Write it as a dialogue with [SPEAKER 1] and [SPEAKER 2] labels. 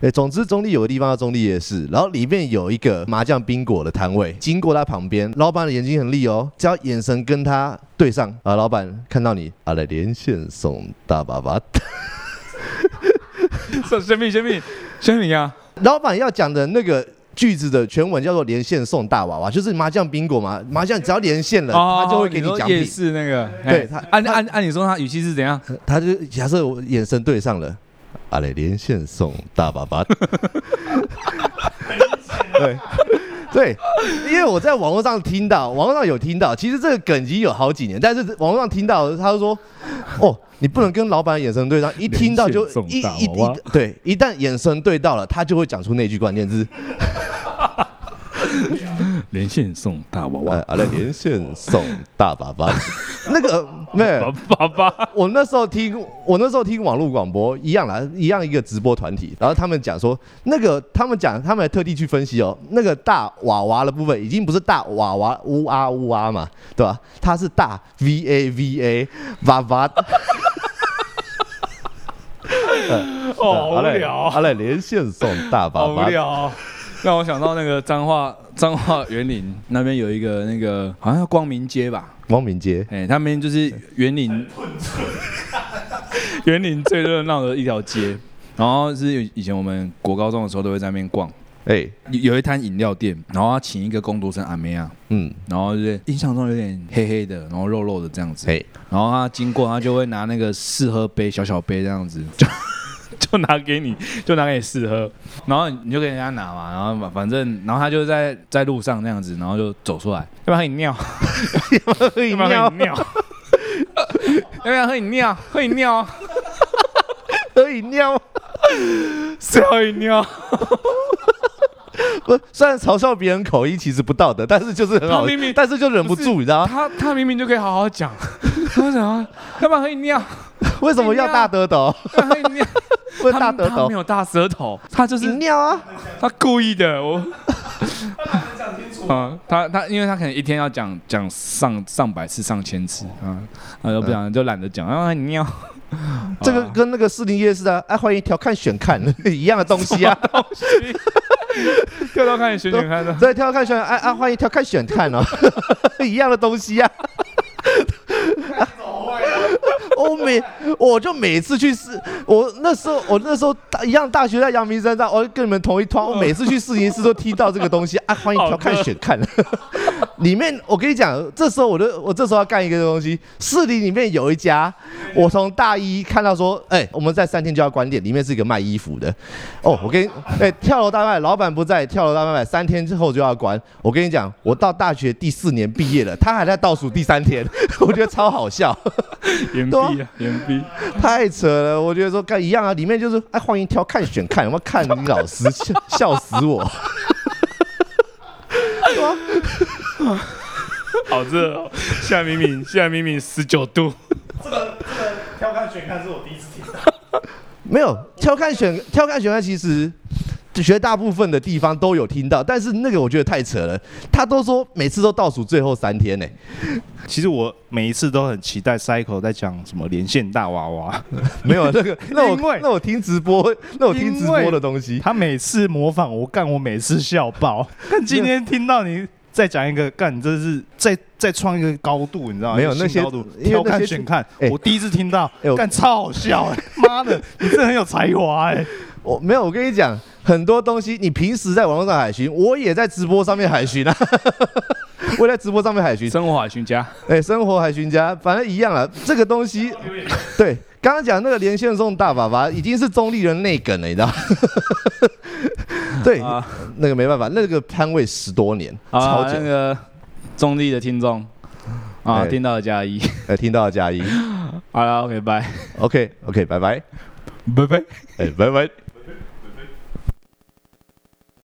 [SPEAKER 1] 哎，总之中立有个地方叫中立夜市，然后里面有一个麻将宾果的摊位，经过他旁边，老板的眼睛很利哦，只要眼神跟他对上啊，老板看到你啊，来连线送大粑粑。
[SPEAKER 2] 生生命生命生命啊！
[SPEAKER 1] 老板要讲的那个句子的全文叫做“连线送大娃娃”，就是麻将宾果嘛，麻将只要连线了，
[SPEAKER 2] 哦，
[SPEAKER 1] 他就会给
[SPEAKER 2] 你说
[SPEAKER 1] 奖
[SPEAKER 2] 夜
[SPEAKER 1] 品。
[SPEAKER 2] 市那个，
[SPEAKER 1] 对
[SPEAKER 2] 哎
[SPEAKER 1] 他
[SPEAKER 2] 按按按你说他语气是怎样？
[SPEAKER 1] 他就假设我眼神对上了，啊嘞，连线送大粑粑。 对。对，因为我在网络上听到，网络上有听到，其实这个梗已经有好几年，但是网络上听到，他就说，哦，你不能跟老板眼神对上，一听到就
[SPEAKER 3] 连线送
[SPEAKER 1] 一
[SPEAKER 3] 大
[SPEAKER 1] 一
[SPEAKER 3] 娃娃
[SPEAKER 1] 一，对，一旦眼神对到了，他就会讲出那句关键字，
[SPEAKER 3] 连线送大娃
[SPEAKER 1] 呃
[SPEAKER 3] 娃，
[SPEAKER 1] 啊，来连线送大粑粑，那 个没有，
[SPEAKER 3] 爸爸，
[SPEAKER 1] 我那时候听，我那时候听网络广播一样啦，一样一个直播团体，然后他们讲说，那个他们讲，他们还特地去分析哦，那个大娃娃的部分已经不是大娃娃呜啊呜啊嘛，对吧？它是大 V A V A 娃娃。
[SPEAKER 2] 哦，好无
[SPEAKER 1] 嘞
[SPEAKER 2] 聊啊，
[SPEAKER 1] 好嘞，连线送大
[SPEAKER 2] 好
[SPEAKER 1] 粑
[SPEAKER 2] 无
[SPEAKER 1] 粑。
[SPEAKER 2] 聊哦。让我想到那个彰化彰化园林那边有一个那个好像叫光明街吧，
[SPEAKER 1] 光明街，
[SPEAKER 2] 哎、他们就是园林， 园林最热闹的一条街。然后是以前我们国高中的时候都会在那边逛，
[SPEAKER 1] 哎，
[SPEAKER 2] 有有一摊饮料店，然后他请一个工读生阿妹啊，
[SPEAKER 1] 嗯，
[SPEAKER 2] 然后就是印象中有点黑黑的，然后肉肉的这样子。
[SPEAKER 1] 哎，
[SPEAKER 2] 然后他经过，他就会拿那个试喝杯，小小杯这样子， 就就拿给你，就拿给你试喝，然后你就给人家拿嘛，然后反反正，然后他就在在路上那样子，然后就走出来，要不要喝饮料？
[SPEAKER 1] 饮
[SPEAKER 2] 要不要喝饮料？要 不要喝饮料？喝饮料啊，
[SPEAKER 1] 喝饮料，
[SPEAKER 2] 谁要喝饮料？
[SPEAKER 1] 不，虽然嘲笑别人口音其实不道德，但是就是很好
[SPEAKER 2] 他明明，
[SPEAKER 1] 但是就忍不
[SPEAKER 2] 不是
[SPEAKER 1] 住，你知道吗？
[SPEAKER 2] 他他明明就可以好好讲，他想要要不要喝饮料？
[SPEAKER 1] 为什么要大得斗？
[SPEAKER 2] 要不要喝饮料？
[SPEAKER 1] 问
[SPEAKER 2] 他
[SPEAKER 1] 大得
[SPEAKER 2] 他
[SPEAKER 1] 斗
[SPEAKER 2] 没？有大舌头，他就是
[SPEAKER 1] 饮料啊，
[SPEAKER 2] 他故意的，我。啊，他他，因为他可能一天要讲讲上上百次、上千次啊，他就不想就懒得讲啊，你要
[SPEAKER 1] 这个跟那个士林夜市啊，哎，欢迎调看选看 一样的东西啊。
[SPEAKER 2] 跳到看你选选看 的，
[SPEAKER 1] 对，调看选，哎啊，欢迎调看选看哦， 一样的东西啊。 我每我就每次去试，我那时候我那时候大一样大学在阳明山上，我跟你们同一团，我每次去试营室都听到这个东西啊，欢迎调看选看。里面我跟你讲，这时候我就我这时候要干一个东西，市里里面有一家，我从大一看到说，哎、我们在三天就要关店，里面是一个卖衣服的，哦，我跟你哎、跳楼大卖，老板不在，跳楼大卖三天之后就要关，我跟你讲，我到大学第四年毕业了，他还在倒数第三天， 我觉得超好笑。
[SPEAKER 2] 岩
[SPEAKER 1] 对啊
[SPEAKER 2] 壁啊，岩壁，
[SPEAKER 1] 太扯了，我觉得说干一样啊，里面就是哎，欢迎挑看选看，有没有看你老师笑笑死我，
[SPEAKER 2] 好热哦！现在明明现在明明十九度，
[SPEAKER 4] 挑看选看是我第一次听，
[SPEAKER 1] 没有挑看选挑看选看，其实绝大部分的地方都有听到，但是那个我觉得太扯了，他都说每次都倒数最后三天呢、
[SPEAKER 4] 其实我每一次都很期待 Cycle 在讲什么连线大娃娃，
[SPEAKER 1] 没有那个那
[SPEAKER 4] 因为
[SPEAKER 1] 我那我听直播那我听直播的东西，
[SPEAKER 4] 他每次模仿我干，我每次笑爆。 但今天听到你再讲一个干，你这是再再创一个高度，你知道吗？
[SPEAKER 1] 没有
[SPEAKER 4] 一个新高度
[SPEAKER 1] 那些因为
[SPEAKER 4] 挑
[SPEAKER 1] 那些
[SPEAKER 4] 看选看
[SPEAKER 1] 哎，
[SPEAKER 4] 我第一次听到
[SPEAKER 1] 哎我，
[SPEAKER 4] 干超好笑 哎！妈的，你真的很有才华哎！
[SPEAKER 1] 我没有我跟你讲很多东西，你平时在网络上海巡，我也在直播上面海巡 啊，我也在直播上面海巡，
[SPEAKER 2] 生活海巡家，
[SPEAKER 1] 哎、生活海巡家，反正一样了。这个东 西，对，刚刚讲那个连线送大粑粑，已经是中立人内梗了，你 知道吗？对，
[SPEAKER 2] 啊
[SPEAKER 1] 那个没办法，那个摊位十多年，
[SPEAKER 2] 好
[SPEAKER 1] 超
[SPEAKER 2] 啊，
[SPEAKER 1] 久
[SPEAKER 2] 那。个中立的听众啊，
[SPEAKER 1] 哎
[SPEAKER 2] 听到了加一，
[SPEAKER 1] 呃，听到了加一
[SPEAKER 2] 好了，OK，拜
[SPEAKER 1] ，OK OK，拜拜，
[SPEAKER 2] 拜拜。
[SPEAKER 1] 哎、拜拜。